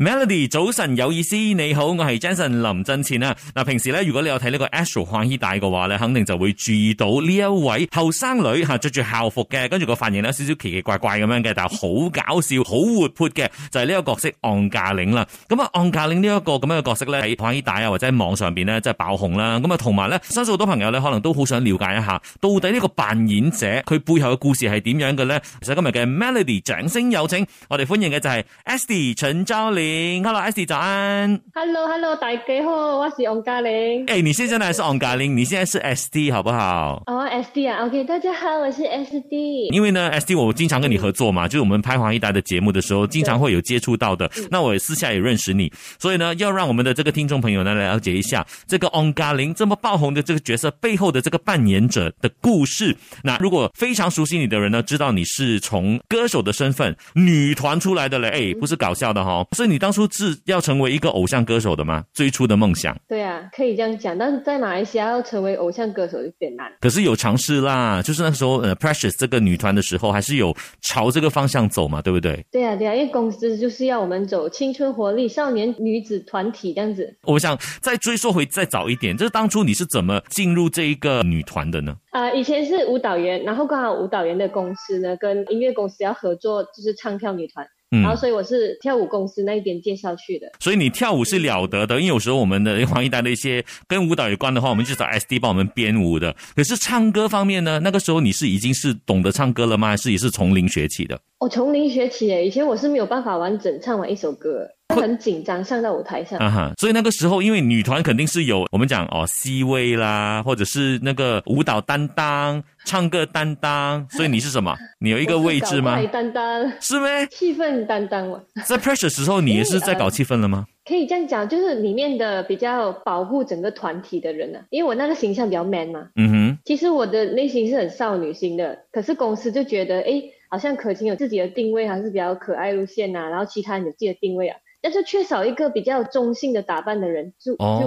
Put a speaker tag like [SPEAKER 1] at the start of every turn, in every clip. [SPEAKER 1] Melody，早晨有意思，你好，我係 Jason 林振前啊。嗱，平時咧，如果你有睇呢個 Astro 花衣帶嘅話咧，肯定就會注意到呢一位後生女嚇着住校服嘅，跟住個髮型咧少少奇奇怪怪咁樣嘅，但係好搞笑、好活潑嘅，就係、呢個角色昂架領啦。咁啊，昂架領呢一個咁樣嘅角色咧，喺花衣帶啊或者喺網上邊咧，即係爆紅啦。咁啊，同埋咧，相信好多朋友咧，可能都好想了解一下，到底呢個扮演者佢背後嘅故事係點樣嘅咧？其實今日嘅 Melody 掌聲有請，我哋歡迎嘅就係 Esty 陳昭玲。Hello S 早安。
[SPEAKER 2] Hello Hello，大家好，我是王嘉玲。
[SPEAKER 1] 哎、你现在呢还是 On 咖喱，你现在是 SD 好不好？
[SPEAKER 2] 哦、s D 啊，OK，大家好，我是 S D。
[SPEAKER 1] 因为呢，SD 我经常跟你合作嘛，就是我们拍华一代的节目的时候，经常会有接触到的。那我也私下也认识你，所以呢，要让我们的这个听众朋友呢来了解一下这个 On 咖喱这么爆红的这个角色背后的这个扮演者的故事。那如果非常熟悉你的人呢，知道你是从歌手的身份女团出来的嘞，哎，不是搞笑的哈、哦。所以你当初是要成为一个偶像歌手的吗？最初的梦想？
[SPEAKER 2] 对啊，可以这样讲，但是在马来西亚要成为偶像歌手有点难。
[SPEAKER 1] 可是有尝试啦，就是那时候呃，Precious 这个女团的时候，还是有朝这个方向走嘛，对不对？
[SPEAKER 2] 对啊，对啊，因为公司就是要我们走青春活力少年女子团体这样子。
[SPEAKER 1] 我想再追溯回再早一点，就是当初你是怎么进入这一个女团的呢？
[SPEAKER 2] 啊、以前是舞蹈员，然后刚好舞蹈员的公司呢跟音乐公司要合作，就是唱跳女团，然后
[SPEAKER 1] 嗯，
[SPEAKER 2] 所以我是跳舞公司那边介绍去的。
[SPEAKER 1] 所以你跳舞是了得的，因为有时候我们的黄一丹的一些跟舞蹈有关的话，我们就找 SD 帮我们编舞的。可是唱歌方面呢，那个时候你是已经是懂得唱歌了吗？还是也是从零学起的？
[SPEAKER 2] 我哦从零学起耶，以前我是没有办法完整唱完一首歌，很紧张上到舞台上。
[SPEAKER 1] 啊哈，所以那个时候，因为女团肯定是有我们讲哦 C 位啦，或者是那个舞蹈担当、唱歌担当，所以你是什么？你有一
[SPEAKER 2] 一
[SPEAKER 1] 个位置吗？
[SPEAKER 2] 担当，
[SPEAKER 1] 是咩？
[SPEAKER 2] 气氛担当嘛。
[SPEAKER 1] 在 pressure 时候，你也是在
[SPEAKER 2] 嗯
[SPEAKER 1] 搞气氛了吗？
[SPEAKER 2] 可以这样讲，就是里面的比较保护整个团体的人呢、啊，因为我那个形象比较 man 嘛。
[SPEAKER 1] 嗯哼，
[SPEAKER 2] 其实我的内心是很少女心的，可是公司就觉得，诶，好像可晴有自己的定位，还是比较可爱路线啊呐、然后其他人有自己的定位啊，但是缺少一个比较中性的打扮的人，就就由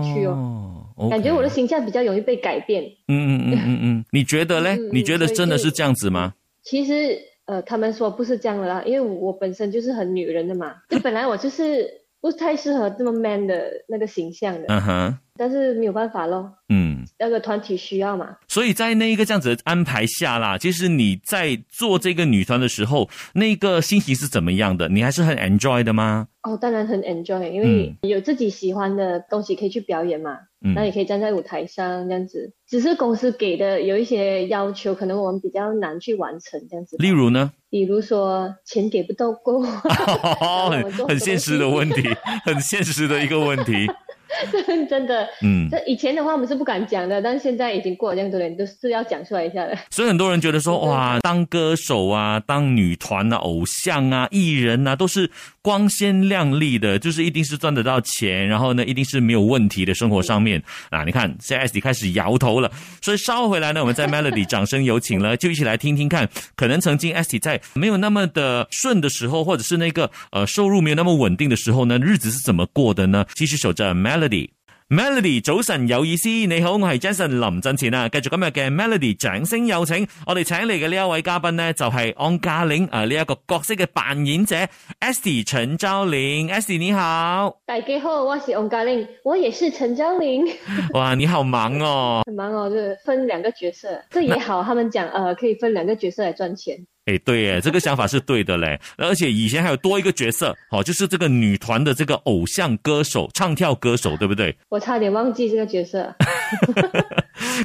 [SPEAKER 2] 我去哦。
[SPEAKER 1] 哦，OK，
[SPEAKER 2] 感觉我的形象比较容易被改变。
[SPEAKER 1] 嗯嗯嗯嗯嗯，你觉得嘞
[SPEAKER 2] 嗯？嗯
[SPEAKER 1] 你觉得
[SPEAKER 2] 所以
[SPEAKER 1] 真的是
[SPEAKER 2] 就
[SPEAKER 1] 这样子吗？
[SPEAKER 2] 其实呃，他们说不是这样的啦，因为我本身就是很女人的嘛，就本来我就是不太适合这么 man 的那个形象的，
[SPEAKER 1] 嗯哼，
[SPEAKER 2] 但是没有办法咯，
[SPEAKER 1] 嗯。
[SPEAKER 2] 那个团体需要嘛。
[SPEAKER 1] 所以在那一个这样子的安排下啦，其实你在做这个女团的时候，那个心情是怎么样的？你还是很 enjoy 的吗？
[SPEAKER 2] 哦，当然很 enjoy，因为有自己喜欢的东西可以去表演嘛，
[SPEAKER 1] 嗯，
[SPEAKER 2] 那、也可以站在舞台上这样子。只是公司给的有一些要求，可能我们比较难去完成这样子。
[SPEAKER 1] 例如 呢？
[SPEAKER 2] 比如说钱给不到够，
[SPEAKER 1] 很 很现实的问题，很现实的一个问题。
[SPEAKER 2] 真的。
[SPEAKER 1] 嗯，
[SPEAKER 2] 这以前的话我们是不敢讲的，但是现在已经过了这样多年，都是要讲出来一下的。
[SPEAKER 1] 所以很多人觉得说，哇，当歌手啊，当女团啊、偶像啊、艺人啊，都是光鲜亮丽的，就是一定是赚得到钱，然后呢，一定是没有问题的生活上面啊。你看，现在 S D 开始摇头了。所以稍后回来呢，我们在 Melody 掌声有请了，就一起来听听看，可能曾经 S D 在没有那么的顺的时候，或者是那个呃收入没有那么稳定的时候呢，日子是怎么过的呢？继续守着 Melody。Melody 早晨有意思，你好，我系 Jason 林振前啊。继续今日嘅 Melody 掌声有请，我哋请嚟嘅呢一位嘉宾呢，就系、安嘉玲啊呢一个角色嘅扮演者 Esty 陈昭玲，Esty 你好，
[SPEAKER 2] 大家好，我是翁嘉玲，我也是陈昭玲，
[SPEAKER 1] 哇你好忙哦，
[SPEAKER 2] 很忙哦，就是分两个角色，这也好。他们讲呃，可以分两个角色来赚钱。
[SPEAKER 1] 诶对 耶，这个想法是对的嘞，而且以前还有多一个角色，哦就是这个女团的这个偶像歌手、唱跳歌手，对不对？
[SPEAKER 2] 我差点忘记这个角 色，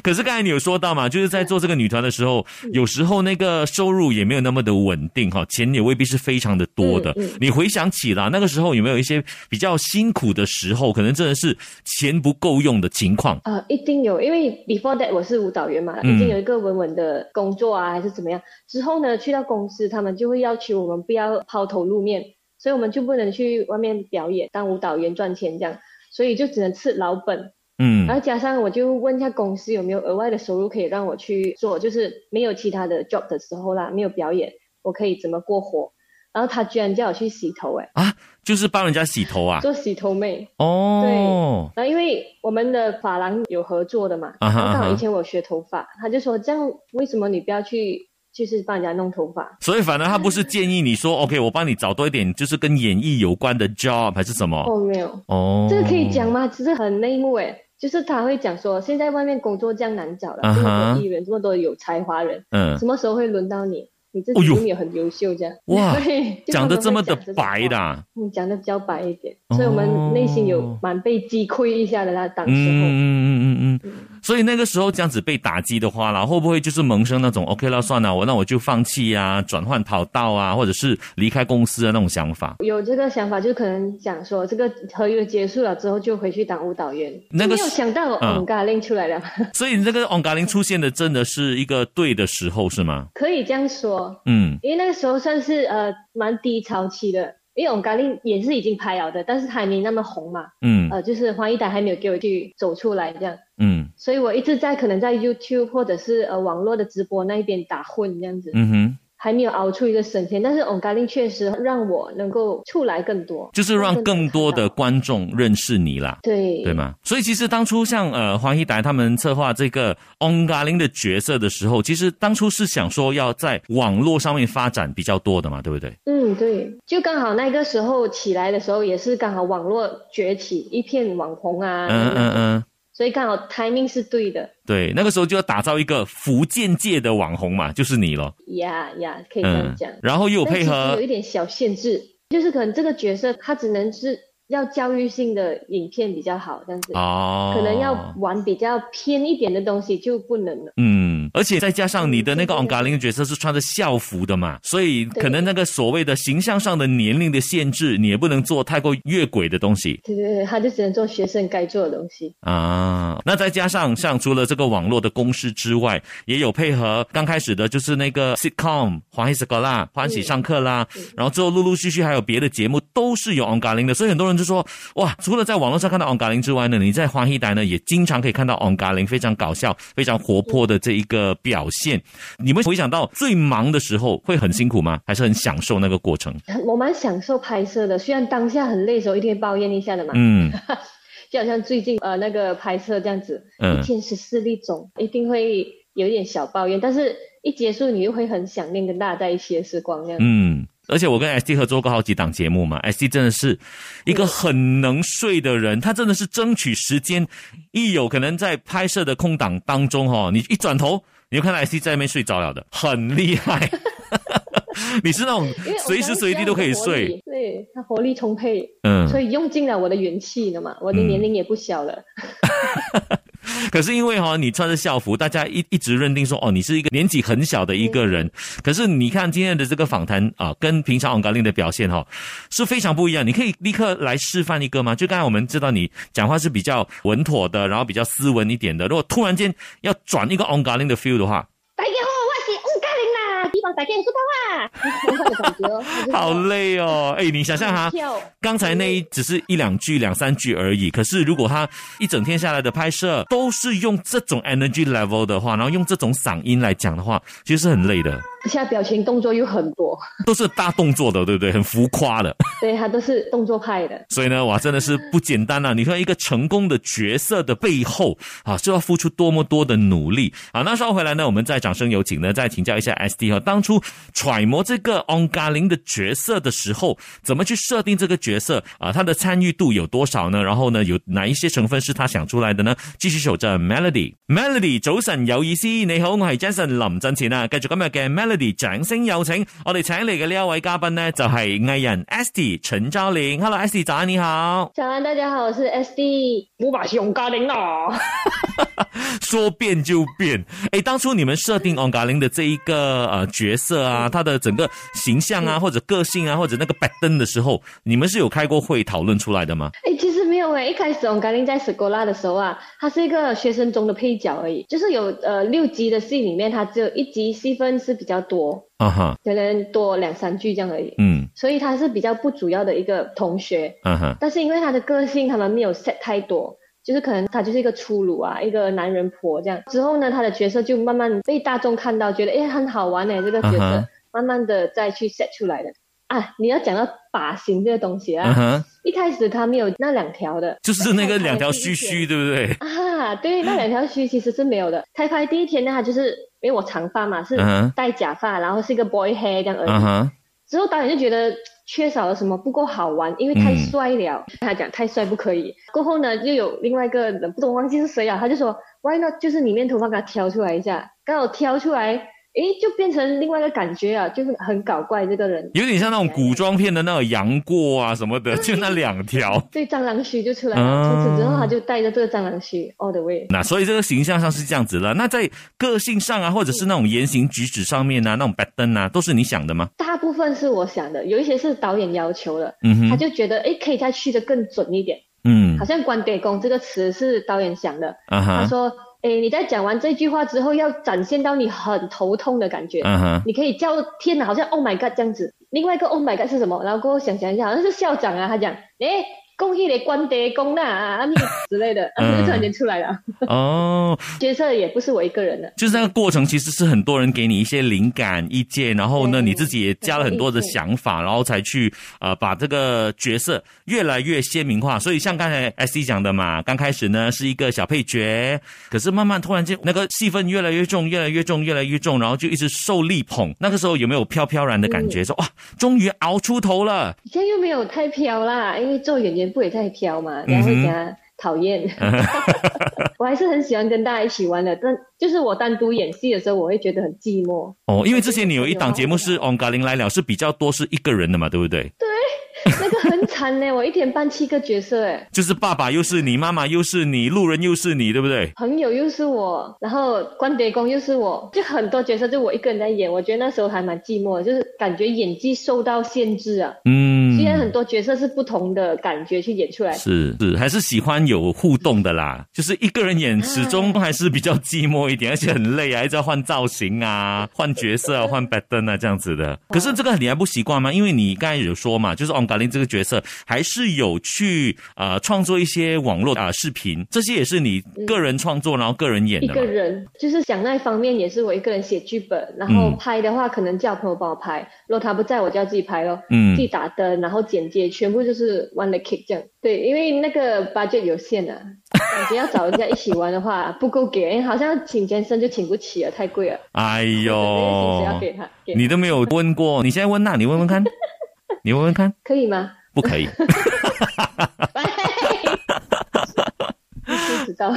[SPEAKER 1] 可是刚才你有说到嘛，就是在做这个女团的时候，
[SPEAKER 2] 嗯
[SPEAKER 1] 有时候那个收入也没有那么的稳定哈，钱也未必是非常的多的。
[SPEAKER 2] 嗯嗯
[SPEAKER 1] 你回想起啦，那个时候有没有一些比较辛苦的时候？可能真的是钱不够用的情况。
[SPEAKER 2] 呃，一定有，因为 before that 我是舞蹈员嘛，
[SPEAKER 1] 嗯
[SPEAKER 2] 已经有一个稳稳的工作啊，还是怎么样。之后呢，去到公司，他们就会要求我们不要抛头露面，所以我们就不能去外面表演，当舞蹈员赚钱这样，所以就只能吃老本。
[SPEAKER 1] 嗯
[SPEAKER 2] 然后加上我就问一下公司有没有额外的收入可以让我去做，就是没有其他的 job 的时候啦，没有表演，我可以怎么过活？然后他居然叫我去洗头、欸，
[SPEAKER 1] 啊，就是帮人家洗头啊。
[SPEAKER 2] 做洗头妹。
[SPEAKER 1] 哦，
[SPEAKER 2] 然后因为我们的发廊有合作的嘛，
[SPEAKER 1] 啊哈
[SPEAKER 2] 然后刚
[SPEAKER 1] 啊
[SPEAKER 2] 好
[SPEAKER 1] 哈
[SPEAKER 2] 以前我有学头发，他就说这样为什么你不要去就是帮人家弄头发。
[SPEAKER 1] 所以反而他不是建议你 说 OK，我帮你找多一点，就是跟演艺有关的 job 还是什么？
[SPEAKER 2] 哦，没有，
[SPEAKER 1] 哦，
[SPEAKER 2] 这个可以讲吗？其实很内幕诶，就是他会讲说，现在外面工作这样难找了，
[SPEAKER 1] 啊
[SPEAKER 2] 这
[SPEAKER 1] 哈
[SPEAKER 2] 么多艺人，这么多有才华人，
[SPEAKER 1] 嗯，
[SPEAKER 2] 什么时候会轮到你？你自
[SPEAKER 1] 哦
[SPEAKER 2] 己
[SPEAKER 1] 哟
[SPEAKER 2] 有没有很优秀这样？
[SPEAKER 1] 哇
[SPEAKER 2] 对，就
[SPEAKER 1] 讲的
[SPEAKER 2] 他们会
[SPEAKER 1] 这么的
[SPEAKER 2] 种话
[SPEAKER 1] 白的啊，
[SPEAKER 2] 嗯，讲的比较白一点，
[SPEAKER 1] 哦
[SPEAKER 2] 所以我们内心有蛮被击溃一下的那当时候。
[SPEAKER 1] 嗯嗯嗯嗯嗯嗯。所以那个时候这样子被打击的话啦，会不会就是萌生那种 OK 了，算了，我那我就放弃啊，转换跑道啊，或者是离开公司的那种想 法？
[SPEAKER 2] 有这个想法，就可能想说，这个合约结束了之后就回去当舞蹈员。
[SPEAKER 1] 那个
[SPEAKER 2] 没有
[SPEAKER 1] 是
[SPEAKER 2] 想到，
[SPEAKER 1] 嗯
[SPEAKER 2] 嗯，嘎令出来了，
[SPEAKER 1] 所以那个 On g a l i n 出现的真的是一个对的时候是吗？
[SPEAKER 2] 可以这样说，
[SPEAKER 1] 嗯
[SPEAKER 2] 因为那个时候算是呃蛮低潮期的，因为我嘎令也是已经拍了的，但是还没那么红嘛，
[SPEAKER 1] 嗯
[SPEAKER 2] 呃，就是黄义达还没有给我去走出来这样，
[SPEAKER 1] 嗯
[SPEAKER 2] 所以我一直在可能在 YouTube 或者是呃网络的直播那一边打混这样子。
[SPEAKER 1] 嗯哼，
[SPEAKER 2] 还没有熬出一个神仙，但是 o n g a l i n 确实让我能够出来更多，
[SPEAKER 1] 就是让更多的观众认识你啦。
[SPEAKER 2] 对
[SPEAKER 1] 对？吗？所以其实当初像呃黄一达他们策划这个 On g a l i n 的角色的时候，其实当初是想说要在网络上面发展比较多的嘛，对不对？
[SPEAKER 2] 嗯，对，就刚好那个时候起来的时候，也是刚好网络崛起，一片网红啊，
[SPEAKER 1] 嗯嗯嗯，
[SPEAKER 2] 所以刚好 timing 是对的，
[SPEAKER 1] 对，那个时候就要打造一个福建界的网红嘛，就是你咯。
[SPEAKER 2] 呀呀，可以这
[SPEAKER 1] 嗯
[SPEAKER 2] 样讲。，
[SPEAKER 1] 然后又有
[SPEAKER 2] 但
[SPEAKER 1] 配
[SPEAKER 2] 其实
[SPEAKER 1] 合
[SPEAKER 2] 有一点小限制，就是可能这个角色他只能是要教育性的影片比较好，但是
[SPEAKER 1] 哦，
[SPEAKER 2] 可能要玩比较偏一点的东西就不能了。
[SPEAKER 1] 嗯，而且再加上你的那个
[SPEAKER 2] 嗯
[SPEAKER 1] On
[SPEAKER 2] 对对
[SPEAKER 1] g a l i n 角色是穿着校服的嘛，所以
[SPEAKER 2] 对
[SPEAKER 1] 可能那个所谓的形象上的年龄的限制，你也不能做太过越轨的东西。
[SPEAKER 2] 对对对，他就只能做学生该做的东西。
[SPEAKER 1] 啊，那再加上像除了这个网络的公式之外，也有配合刚开始的就是那个 sitcom《欢喜 s c 啦，欢喜上课啦，然后之后陆陆续续还有别的节目都是有 On g a l i n 的，所以很多人就说哇，除了在网络上看到 On g a l i n 之外呢，你在欢喜台呢也经常可以看到 On g a l i n 非常搞笑、非常活泼的这一个表现。你们回想到最忙的时候会很辛苦吗？还是很享受那个过程？
[SPEAKER 2] 我蛮享受拍摄的，虽然当下很累的时候，一定会抱怨一下的嘛。
[SPEAKER 1] 嗯
[SPEAKER 2] 就好像最近呃那个拍摄这样子，
[SPEAKER 1] 嗯
[SPEAKER 2] 一天十四粒钟，一定会有一点小抱怨，但是一结束你又会很想念跟大家在一起的时光那样。
[SPEAKER 1] 嗯，而且我跟 S D 合作过好几档节目嘛，S D 真的是一个很能睡的人，他真的是争取时间，一有可能在拍摄的空档当中哦，你一转头，你就看到 S D 在那边睡着了的，很厉害。 你是那种
[SPEAKER 2] 因为我
[SPEAKER 1] 随时随地都可以睡，，
[SPEAKER 2] 对他活力充沛，
[SPEAKER 1] 嗯，
[SPEAKER 2] 所以用尽了我的元气了嘛，我的
[SPEAKER 1] 嗯
[SPEAKER 2] 年龄也不小了，
[SPEAKER 1] 可是因为哈、你穿着校服，大家一一直认定说，哦，你是一个年纪很小的一个人。可是你看今天的这个访谈啊、跟平常 On g a l i n 的表现哈、是非常不一样。你可以立刻来示范一个吗？就刚才我们知道你讲话是比较稳妥的，然后比较斯文一点的。如果突然间要转一个 On g a l i n 的 feel 的话，
[SPEAKER 2] 大家好，我是吴嘉玲啦，地方大家说到啊，感觉哦，就 是
[SPEAKER 1] 好累哦。哎，你想象哈、
[SPEAKER 2] 跳
[SPEAKER 1] 刚才那一只是一两句、两三句而已。可是如果他一整天下来的拍摄都是用这种 energy level 的话，然后用这种嗓音来讲的话，其实是很累的，
[SPEAKER 2] 现在表情动作又很多，
[SPEAKER 1] 都是大动作的，对不对？很浮夸的。
[SPEAKER 2] 对他都是动作派的。
[SPEAKER 1] 所以呢，哇，真的是不简单啊！你说一个成功的角色的背后啊，是要付出多么多的努力啊！那稍后回来呢，我们再掌声有请呢，再请教一下 S D 哈、当初揣摩这个 On g a l i n 的角色的时候，怎么去设定这个角色啊？他的参与度有多少呢？然后呢，有哪一些成分是他想出来的呢？继续守着 Melody，Melody 早晨有意思，你好，我系 Jason 林振前啊，继续今日嘅 Melody 掌聲有請，我哋請嚟嘅呢一位嘉賓呢，就係藝人 S D 陳昭玲，Hello S D 早安你好，
[SPEAKER 2] 早安，大家好，我是 S D，我把熊嘉玲啦。
[SPEAKER 1] 說變就變，诶，當初你們設定 On g a l i n 的這一個呃角色啊，他的整個形象啊，或者個性啊，或者那個 b a t t o n 的時候，你們是有開過會討論出來的吗？
[SPEAKER 2] 哎，其实没有哎，一开始我们甘霖在 s c o l a 的时候啊，他是一个学生中的配角而已，就是有呃六集的戏里面，他只有一集戏份是比较多，
[SPEAKER 1] 啊哈，
[SPEAKER 2] 可能多两三句这样而已，
[SPEAKER 1] 嗯，
[SPEAKER 2] 所以他是比较不主要的一个同学。
[SPEAKER 1] 啊哈，
[SPEAKER 2] 但是因为他的个性，他们没有 set 太多，就是可能他就是一个粗鲁啊，一个男人婆这样。之后呢，他的角色就慢慢被大众看到，觉得哎很好玩哎、这个角色
[SPEAKER 1] 啊哈
[SPEAKER 2] 慢慢的再去 set 出来的。啊，你要讲到发型这个东西啊
[SPEAKER 1] 啊哈，
[SPEAKER 2] 一开始他没有那两条的
[SPEAKER 1] 就是 那个两条须须，对不对？
[SPEAKER 2] 啊，对，那两条须其实是没有的。开拍第一天呢，他就是因为我长发嘛，是
[SPEAKER 1] 嗯哼
[SPEAKER 2] 戴假发，然后是一个 boy hair 这样而已。
[SPEAKER 1] 嗯哼，
[SPEAKER 2] 之后导演就觉得缺少了什么不够好玩，因为
[SPEAKER 1] 嗯
[SPEAKER 2] 太帅了。他讲太帅不可以。过后呢，又有另外一个人，不懂忘记是谁啊了，他就说 Why not？就是里面头发给他挑出来一下，刚好挑出来，诶，就变成另外一个感觉啊，就是很搞怪这个人。
[SPEAKER 1] 有点像那种古装片的那种杨过啊什么的，就那两条。
[SPEAKER 2] 对，蟑螂须就出来
[SPEAKER 1] 啊
[SPEAKER 2] 了。从此之后，他就带着这个蟑螂须 all the way。
[SPEAKER 1] 那所以这个形象上是这样子了。那在个性上啊，或者是那种言行举止上面啊，那种 pattern 啊，都是你想的吗？
[SPEAKER 2] 大部分是我想的，有一些是导演要求的，
[SPEAKER 1] 嗯
[SPEAKER 2] 他
[SPEAKER 1] 哼，
[SPEAKER 2] 就觉得诶，可以再去的更准一点。
[SPEAKER 1] 嗯
[SPEAKER 2] 好，像“关爹公”这个词是导演想的，
[SPEAKER 1] 啊
[SPEAKER 2] 他
[SPEAKER 1] 哈，
[SPEAKER 2] 说：“诶，你在讲完这句话之后，要展现到你很头痛的感觉，
[SPEAKER 1] 啊 哈，
[SPEAKER 2] 你可以叫天哪，好像 Oh my God 这样子。另外一个 Oh my God 是什么？然后过后想想一下，好像是校长啊，他讲，诶，恭喜你关爹公呐啊，啊你之类的，
[SPEAKER 1] 嗯
[SPEAKER 2] 然后 就突然间出来了。
[SPEAKER 1] 哦，
[SPEAKER 2] 角色也不是我一个人啊的，
[SPEAKER 1] 就是那个过程，其实是很多人给你一些灵感、意见，然后呢，
[SPEAKER 2] 对
[SPEAKER 1] 你自己也加了很多的想法，然后才去呃把这个角色越来越鲜明化。所以像刚才 S D 讲的嘛，刚开始呢是一个小配角，可是慢慢突然间那个戏份越来越重，越来越重，越来越重，然后就一直受力捧。那个时候有没有飘飘然的感觉？说哇，终于熬出头了。
[SPEAKER 2] 以前又没有太飘啦，因为做演员不也太飘嘛，然后会给他讨厌。 我还是很喜欢跟大家一起玩的，但就是我单独演戏的时候，我会觉得很寂寞。
[SPEAKER 1] 哦，因为之前你有一档节目是《On g a l i n 来了》，是比较多是一个人的嘛，对不对？
[SPEAKER 2] 那个很惨呢，我一天扮七个角色，哎，
[SPEAKER 1] 就是爸爸又是你，妈妈又是你，路人又是你，对不对？
[SPEAKER 2] 朋友又是我，然后关蝶公又是我，就很多角色就我一个人在演，我觉得那时候还蛮寂寞的，就是感觉演技受到限制啊。
[SPEAKER 1] 嗯，
[SPEAKER 2] 虽然很多角色是不同的感觉去演出来，
[SPEAKER 1] 是是，还是喜欢有互动的啦。就是一个人演，始
[SPEAKER 2] 啊
[SPEAKER 1] 终还是比较寂寞一点，而且很累啊，一直要换造型 啊，换角色啊，换 pattern 啊，这样子的。可是这个你还不习惯吗？因为你刚才有说嘛，就是 On g a l i n 这个角色还是有去呃创作一些网络啊、视频，这些也是你个人创作，然后个人演
[SPEAKER 2] 一
[SPEAKER 1] 的嘛
[SPEAKER 2] 个。人就是想那一方面也是我一个人写剧本，然后
[SPEAKER 1] 嗯
[SPEAKER 2] 拍的话可能叫朋友帮我拍，如果他不在我就要自己拍咯。
[SPEAKER 1] 嗯
[SPEAKER 2] 自己打灯，然后剪接，全部就是 one the kick 这样。对，因为那个 budget 有限啊，感觉要找人家一起玩的话不够给，因为好像请健身就请不起了，太贵了。
[SPEAKER 1] 哎呦
[SPEAKER 2] 我准备薪水要，给他，给
[SPEAKER 1] 你都没有问过，你现在问那，你问问 看，你问问看，
[SPEAKER 2] 可 以吗？
[SPEAKER 1] 不可以。
[SPEAKER 2] 不知道，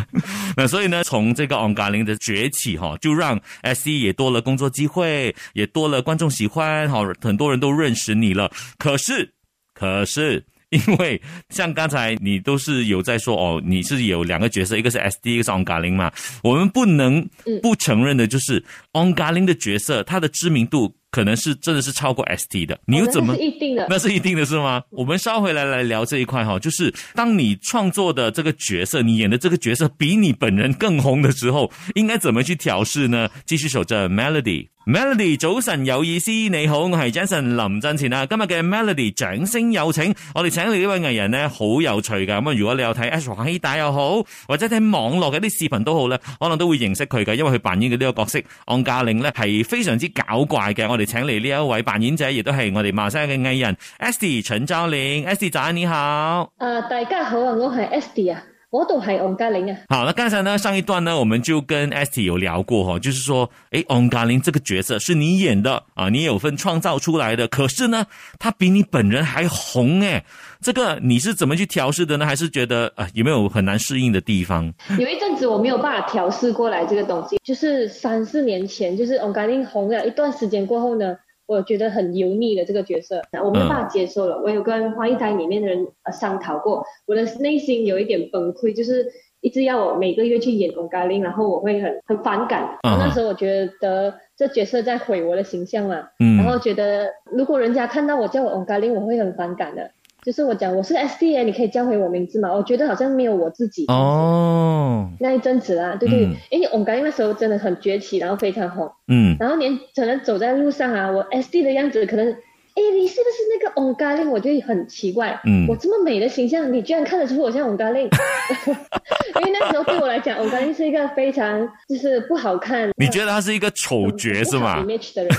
[SPEAKER 1] 那所以呢，从这个 On g a l i n 的崛起哈、就让 S E 也多了工作机会，也多了观众喜欢，好，很多人都认识你了。可是，可是。因为像刚才你都是有在说哦，你是有两个角色，一个是 S D，一个是 On g a l i n 嘛。我们不能
[SPEAKER 2] 嗯
[SPEAKER 1] 不承认的就是 On g a l i n 的角色，他的知名度可能是真的是超过 S D 的。你又怎么
[SPEAKER 2] 哦那是一定的。
[SPEAKER 1] 那是一定的，是吗？我们稍回来来聊这一块哈，就是当你创作的这个角色，你演的这个角色比你本人更红的时候，应该怎么去调试呢？继续守着 Melody。Melody 早晨有意思，你好，我係 Jason 林振前啊。今日嘅 Melody 掌聲有請，我哋請嚟呢位藝人呢，好有趣噶。咁啊，如果你有睇 Ash 黃希帶又好，或者睇網絡嘅啲視頻都好咧，可能都會認識佢嘅，因為佢扮演嘅呢個角色按價令咧係非常之搞怪嘅。我哋請嚟呢一位扮演者，亦都係我哋馬來西亞嘅藝人 Esty 陳昭玲。Esty 早安，你好。
[SPEAKER 2] 呃，大家好啊，我系 S D 啊，我度系王嘉玲啊。
[SPEAKER 1] 好，那刚才呢，上一段呢，我们就跟 Esty 有聊过哈、哦，就是说，诶 o n g a l i n 这个角色是你演的啊，你也有份创造出来的，可是呢，他比你本人还红诶，这个你是怎么去调试的呢？还是觉得啊，有没有很难适应的地方？
[SPEAKER 2] 有一阵子我没有办法调试过来这个东西，就是三四年前，就是 o n g a l i n 红了一段时间过后呢，我觉得很油腻的这个角色，
[SPEAKER 1] 嗯
[SPEAKER 2] 我没有办法接受了。我有跟花艺台里面的人呃商讨过，我的内心有一点崩溃，就是一直要我每个月去演 o n g a l i n 然后我会很很反感。
[SPEAKER 1] 嗯
[SPEAKER 2] 那时候我觉得这角色在毁我的形象嘛，
[SPEAKER 1] 嗯，
[SPEAKER 2] 然后觉得如果人家看到我叫我 o n g a l i n 我会很反感的。就是我讲我是 S D A，你可以叫回我名字嘛？我觉得好像没有我自己。
[SPEAKER 1] 哦，
[SPEAKER 2] 那一阵子啦，对对
[SPEAKER 1] 嗯，
[SPEAKER 2] 因为我们刚那时候真的很崛起，然后非常红，
[SPEAKER 1] 嗯，
[SPEAKER 2] 然后连可能走在路上啊，我 S D 的样子，可能，哎，你是不是那个 On g a l i n 我就很奇怪，
[SPEAKER 1] 嗯
[SPEAKER 2] 我这么美的形象，你居然看得出我像 On g a l i n 因为那时候对我来讲，On g a l i n 是一个非常就是不好看，
[SPEAKER 1] 你觉得他是一个丑角是
[SPEAKER 2] 很
[SPEAKER 1] 吗
[SPEAKER 2] 不好？image 的人，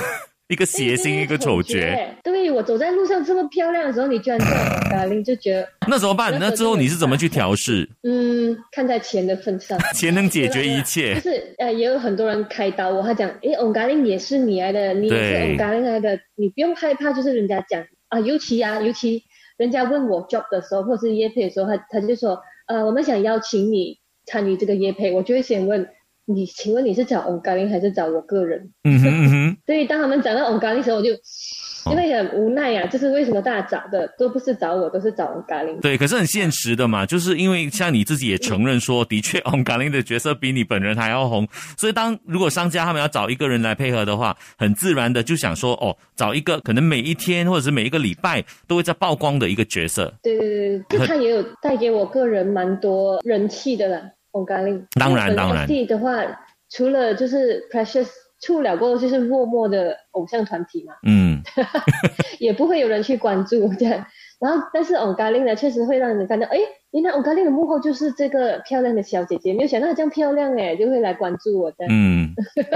[SPEAKER 1] 一个 谐星，一个丑角。
[SPEAKER 2] 角。对我走在路上这么漂亮的时候，你居然叫我 darling，就觉得
[SPEAKER 1] 那怎么办？那之后你是怎么去调 试？
[SPEAKER 2] 嗯，看在钱的份上，
[SPEAKER 1] 钱能 解决一
[SPEAKER 2] 就
[SPEAKER 1] 切。
[SPEAKER 2] 是呃，也有很多人开导我，他讲，诶 o n g a l i n 也是你来的，你也是 o
[SPEAKER 1] 对
[SPEAKER 2] n g a l i n 来的，你不用害怕，就是人家讲啊，尤其啊，尤其人家问我 job 的时候，或者是业配的时候，他他就说，呃，我们想邀请你参与这个业配，我就会先问你，请问你是找 o n g a l i n 还是找我个人？
[SPEAKER 1] 嗯哼嗯哼，
[SPEAKER 2] 所以当他们讲到 o n g a l i n 的时候，我就
[SPEAKER 1] 哦
[SPEAKER 2] 因为很无奈啊，就是为什么大家找的都不是找我，都是找 o n g a l i n
[SPEAKER 1] 对，可是很现实的嘛，就是因为像你自己也承认说，的确 o n g a l i n 的角色比你本人还要红，所以当如果商家他们要找一个人来配合的话，很自然的就想说，哦，找一个可能每一天或者是每一个礼拜都会在曝光的一个角色。
[SPEAKER 2] 对对对对，就他也有带给我个人蛮多人气的啦。红咖喱，
[SPEAKER 1] 当然
[SPEAKER 2] 日本
[SPEAKER 1] 当然
[SPEAKER 2] SD 的话，除了就是 Precious 处了过后，就是落寞的偶像团体嘛，
[SPEAKER 1] 嗯，
[SPEAKER 2] 也不会有人去关注这样。然后，但是 o n g a l i n 呢，确实会让人看到，哎，原来 o n g a l i n 的幕后就是这个漂亮的小姐姐，没有想到她这样漂亮哎，就会来关注我这样。
[SPEAKER 1] 嗯，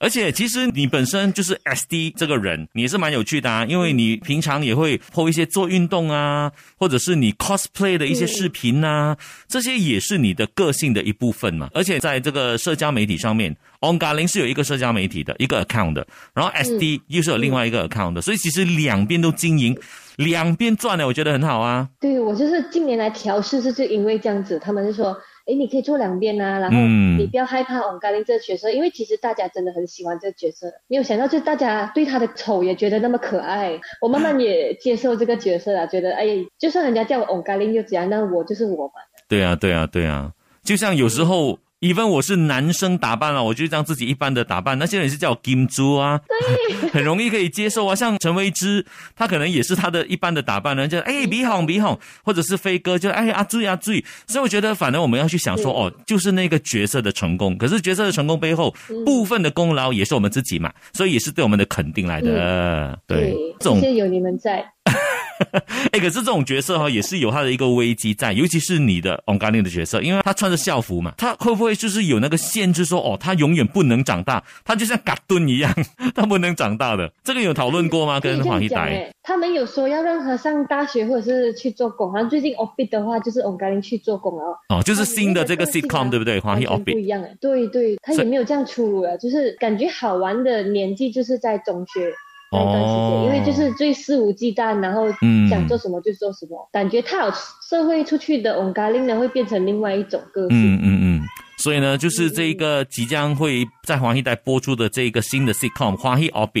[SPEAKER 1] 而且其实你本身就是 SD 这个人，你也是蛮有趣的啊，因为你平常也会 PO 一些做运动啊，或者是你 cosplay 的一些视频啊，这些也是你的个性的一部分嘛。而且在这个社交媒体上面 o n g a l i n 是有一个社交媒体的一个 account 的，然后 SD 又是有另外一个 account 的，所以其实两边都经营，两边赚呢，我觉得很好啊。
[SPEAKER 2] 对我就是近年来调试，就是因为这样子，他们就说，哎，你可以做两边啊，然后
[SPEAKER 1] 嗯
[SPEAKER 2] 你不要害怕王嘉玲这个角色，因为其实大家真的很喜欢这个角色，没有想到就大家对她的丑也觉得那么可爱，我 慢慢也接受这个角色了，觉得哎，就算人家叫我王嘉玲又怎样，那我就是我嘛。
[SPEAKER 1] 对啊，对啊，对啊，就像有时候。even 我是男生打扮啊了、我就让自己一般的打扮。那些人也是叫我金猪啊，很容易可以接受啊。像陈威之，他可能也是他的一般的打扮呢，就哎鼻孔鼻孔，或者是飞哥就哎阿醉阿醉。所以我觉得，反正我们要去想说，
[SPEAKER 2] 嗯
[SPEAKER 1] 哦，就是那个角色的成功。可是角色的成功背后，
[SPEAKER 2] 嗯
[SPEAKER 1] 部分的功劳也是我们自己嘛，所以也是对我们的肯定来的。对，这种
[SPEAKER 2] 谢谢有你们在，
[SPEAKER 1] 哎，可是这种角色哈、也是有他的一个危机在，尤其是你的 o n g a l i n 的角色，因为他穿着校服嘛，他会不会就是有那个限制说，哦，他永远不能长大，他就像嘎顿一样， 他不能长大的。这个有讨论过吗？
[SPEAKER 2] 可以
[SPEAKER 1] 跟
[SPEAKER 2] 这
[SPEAKER 1] 黄
[SPEAKER 2] 样
[SPEAKER 1] 一
[SPEAKER 2] 讲
[SPEAKER 1] 呆？
[SPEAKER 2] 哎，他们有说要让她上大学或者是去做工，好像最近 OBIT 的话就是王嘉玲去做工了哦。
[SPEAKER 1] 哦，就是新的这个
[SPEAKER 2] 他们那个
[SPEAKER 1] sitcom 对不对？黄
[SPEAKER 2] 完
[SPEAKER 1] 奕
[SPEAKER 2] 全
[SPEAKER 1] o b
[SPEAKER 2] 不
[SPEAKER 1] i
[SPEAKER 2] 一样哎，对对，他
[SPEAKER 1] 啊所
[SPEAKER 2] 也
[SPEAKER 1] 以
[SPEAKER 2] 没有这样粗鲁了，就是感觉好玩的年纪就是在中学那段时间，
[SPEAKER 1] 哦，
[SPEAKER 2] 因为就是最肆无忌惮，然后
[SPEAKER 1] 嗯
[SPEAKER 2] 想做什么就做什么，感觉踏入社会出去的 o n g a l i n 呢会变成另外一种个性。
[SPEAKER 1] 嗯嗯嗯。所以呢，就是这一个即将会在黄奕代播出的这一个新的 sitcom《花奕 Orbit》，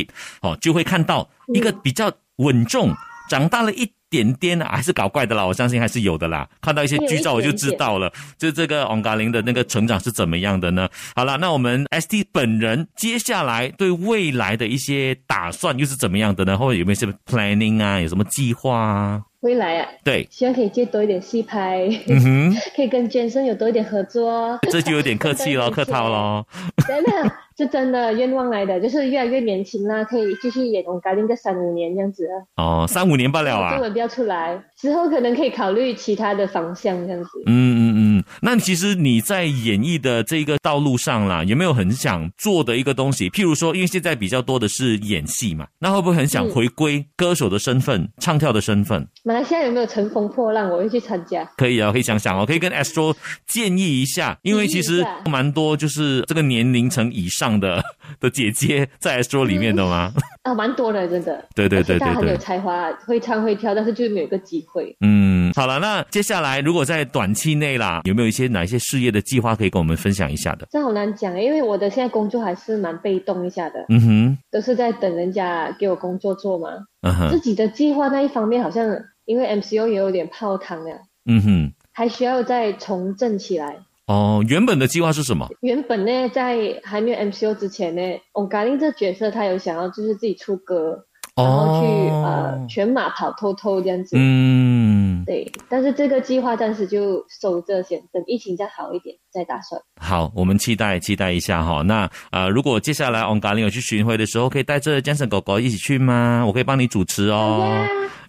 [SPEAKER 1] 哦，就会看到一个比较稳重、长大了一点点啊，还是搞怪的啦，我相信还是有的啦。看到一些剧照我就知道了，就这个 On 嘎林的那个成长是怎么样的呢？好了，那我们 ST 本人接下来对未来的一些打算又是怎么样的呢？或者有没有什么 planning 啊？有什么计划啊？
[SPEAKER 2] 未来啊，
[SPEAKER 1] 对，
[SPEAKER 2] 希望可以接多一点戏拍，
[SPEAKER 1] 嗯哼，
[SPEAKER 2] 可以跟 Jason 有多一点合作哦。
[SPEAKER 1] 这就有点客气咯，客套咯。
[SPEAKER 2] 真的，这真的愿望来的，就是越来越年轻啦，可以继续演 o n g a l i n 个三五年这样子啊。
[SPEAKER 1] 哦，三五年罢了啊。
[SPEAKER 2] 中文不要出来，之后可能可以考虑其他的方向这样子。
[SPEAKER 1] 嗯嗯嗯，那其实你在演艺的这个道路上啦，有没有很想做的一个东西？譬如说，因为现在比较多的是演戏嘛，那会不会很想
[SPEAKER 2] 嗯
[SPEAKER 1] 回归歌手的身份、唱跳的身份？
[SPEAKER 2] 马来西亚有没有乘风破浪？我会去参加。
[SPEAKER 1] 可以啊，可以想想哦，可以跟 Astro 建议一下，因为其
[SPEAKER 2] 建议
[SPEAKER 1] 实
[SPEAKER 2] 一下
[SPEAKER 1] 蛮多就是这个年龄层以上的 的姐姐在 Astro 里面的嘛。
[SPEAKER 2] 啊，蛮多的，真的。
[SPEAKER 1] 对对对
[SPEAKER 2] 而且大
[SPEAKER 1] 对
[SPEAKER 2] 家很有
[SPEAKER 1] 对，
[SPEAKER 2] 才华，会唱会跳，但是就是没有一个机会。
[SPEAKER 1] 嗯，好了，那接下来如果在短期内啦，有没有一些哪一些事业的计划可以跟我们分享一下的？
[SPEAKER 2] 这好难讲，因为我的现在工作还是蛮被动一下的，
[SPEAKER 1] 嗯哼，
[SPEAKER 2] 都是在等人家给我工作做嘛。
[SPEAKER 1] 嗯
[SPEAKER 2] 自
[SPEAKER 1] 哼，
[SPEAKER 2] 己的计划那一方面，好像因为 MCO 也有点泡汤了，
[SPEAKER 1] 嗯哼。
[SPEAKER 2] 还需要再重振起来。
[SPEAKER 1] 哦，原本的计划是什么？
[SPEAKER 2] 原本呢，在还没有 MCO 之前呢，翁嘎令这角色他有想要就是自己出歌，然后去、
[SPEAKER 1] 哦
[SPEAKER 2] 呃全马跑偷偷这样子。
[SPEAKER 1] 嗯，
[SPEAKER 2] 对，但是这个计划暂时就收着先，等疫情再好一点再再打算。
[SPEAKER 1] 好，我们期待期待一下哈。那呃，如果接下来 On g a l i 有去巡回的时候，可以带着 Jason 狗狗一起去吗？我可以帮你主持哦。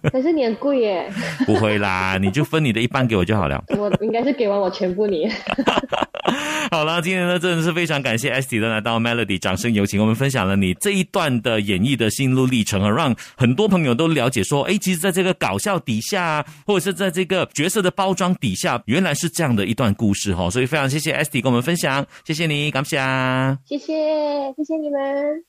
[SPEAKER 2] 呀，可是你很贵耶，
[SPEAKER 1] 不会啦，你就分你的一半给我就好了。
[SPEAKER 2] 我应该是给完我全部你。
[SPEAKER 1] 好了，今天呢真的是非常感谢 Esty 的来到 Melody，掌声有请。我们分享了你这一段的演绎的心路历程啊，让很多朋友都了解说，哎，其实在这个搞笑底下，或者是在这个角色的包装底下，原来是这样的一段故事哈、哦。所以非常谢谢 Esty 跟我们分享，谢谢你，感谢。
[SPEAKER 2] 谢谢，谢谢你们。